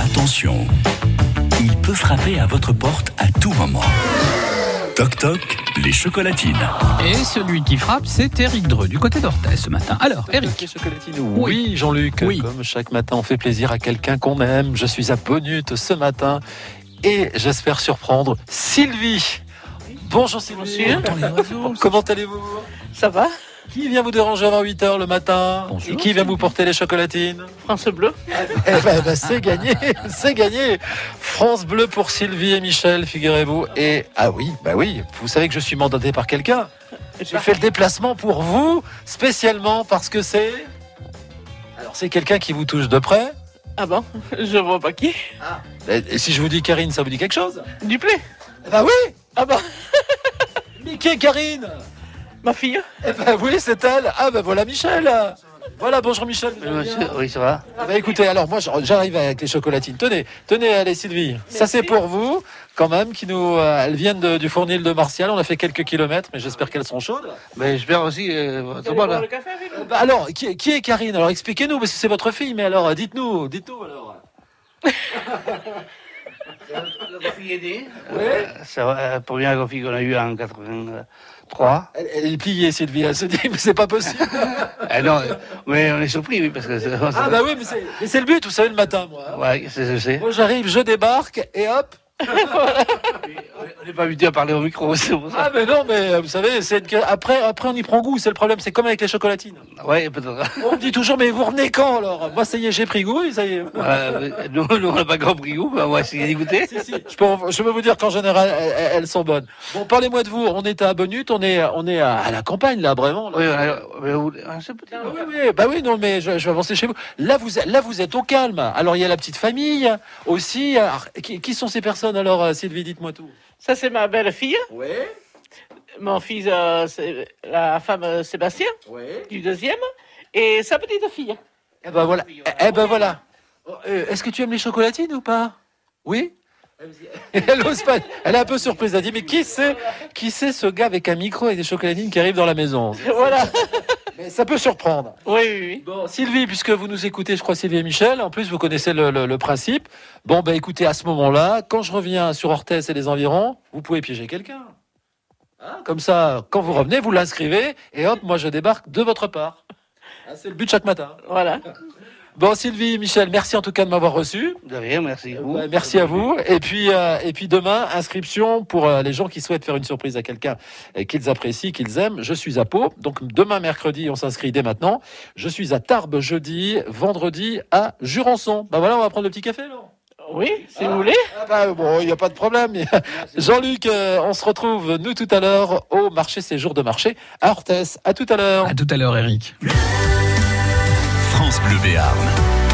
Attention, il peut frapper à votre porte à tout moment. Toc toc, les chocolatines. Et celui qui frappe, c'est Eric Dreux, du côté d'Orthez ce matin. Alors, Eric. Les chocolatines, Oui, Jean-Luc. Oui. Comme chaque matin, on fait plaisir à quelqu'un qu'on aime. Je suis à Bonut ce matin et j'espère surprendre Sylvie. Bonjour Sylvie. Comment allez-vous Ça va Qui vient vous déranger avant 8h le matin Bonjour. Et qui vient vous porter les chocolatines France Bleu Eh ben, ben, c'est gagné, c'est gagné. France Bleu pour Sylvie et Michel, figurez-vous. Et ah oui, bah oui, vous savez que je suis mandaté par quelqu'un. J'ai fait le déplacement pour vous, spécialement parce que c'est. Alors c'est quelqu'un qui vous touche de près. Ah bon Je vois pas qui Et et si je vous dis Karine, ça vous dit quelque chose Duplé Bah oui Ah bah, Mais qui est Karine ma fille Eh ben oui, c'est elle Ah ben voilà Michel Voilà, bonjour Michel vous allez bien Eh, Oui, ça va. Bah écoutez, alors moi je- j'arrive avec les chocolatines. Tenez, tenez, allez Sylvie. Ça c'est pour vous, quand même, qui nous, euh, elles viennent de- du fournil de Martial. On a fait quelques kilomètres, mais j'espère qu'elles sont chaudes. Mais Ben, j'espère aussi. Euh, tout le monde, boire là. le café avec nous Bah alors, qui, qui est Karine Alors expliquez-nous, parce que c'est votre fille. Mais alors, euh, dites-nous, dites-nous alors. Ouais. Ça va, euh, la première confie qu'on a eue en 83. Elle, elle est pliée, Sylvie. Elle se dit, mais c'est pas possible. Ah non, mais on est surpris, oui, parce que c'est. Ah bah oui, mais c'est- mais c'est le but, vous savez, le matin, moi. hein. Ouais, c'est, je sais. Moi j'arrive, je débarque, et hop. On n'est pas habitué à parler au micro, c'est pour Ah ça. mais non, mais euh, vous savez, c'est que après, après on y prend goût. C'est le problème. C'est comme avec les chocolatines. Ouais, peut-être. On me dit toujours, mais vous revenez quand alors Moi, ça y est, j'ai pris goût et ça y est. Voilà, mais nous, nous, on n'a pas compris où, mais on va essayer d'écouter. Si, si, je, peux, je peux vous dire qu'en général, elles, elles- elles sont bonnes. Bon, parlez-moi de vous. On est à Bonut, on est, on est à, à la campagne, là, vraiment. là. Oui, on a. mais où- ah, c'est petit. Oui, oui, bah oui, non, mais je, je vais avancer chez vous. Là, vous, êtes- là, vous êtes au calme. Alors, il y a la petite famille aussi. Alors, qui, qui sont ces personnes alors, euh, Sylvie Dites-moi tout. Ça, c'est ma belle-fille. Oui, Mon fils, euh, c'est la femme euh, Sébastien, oui. du deuxième. Et sa petite fille. Eh ben voilà. Eh ben voilà. Euh, Est-ce que tu aimes les chocolatines ou pas Oui elle ose pas. Elle est un peu surprise. Elle dit Mais qui c'est Qui c'est ce gars avec un micro et des chocolatines qui arrive dans la maison voilà. Mais ça peut surprendre. Oui, oui, oui. Bon, Sylvie, puisque vous nous écoutez, je crois, Sylvie et Michel, en plus, vous connaissez le, le- le principe. Bon, ben écoutez, à ce moment-là, quand je reviens sur Orthez et les environs, vous pouvez piéger quelqu'un. Hein, Comme ça, quand vous revenez, vous l'inscrivez et hop, moi je débarque de votre part. Hein, C'est le but chaque matin. Voilà. Bon, Sylvie, Michel, merci en tout cas de m'avoir reçu. De rien, merci. Euh, Vous. bah, merci à vous. Et puis, euh, et puis demain, inscription pour euh, les gens qui souhaitent faire une surprise à quelqu'un euh, qu'ils apprécient, qu'ils aiment. Je suis à Pau. Donc demain, mercredi, on s'inscrit dès maintenant. Je suis à Tarbes jeudi, vendredi à Jurançon. Bah voilà, on va prendre le petit café. alors. Oui, si Ah. vous voulez. Ah bah, bon, il n'y a pas de problème. Jean-Luc, euh, on se retrouve nous tout à l'heure au marché, ces jours de marché à Orthès. À tout à l'heure. À tout à l'heure, Eric. France Bleu Béarn.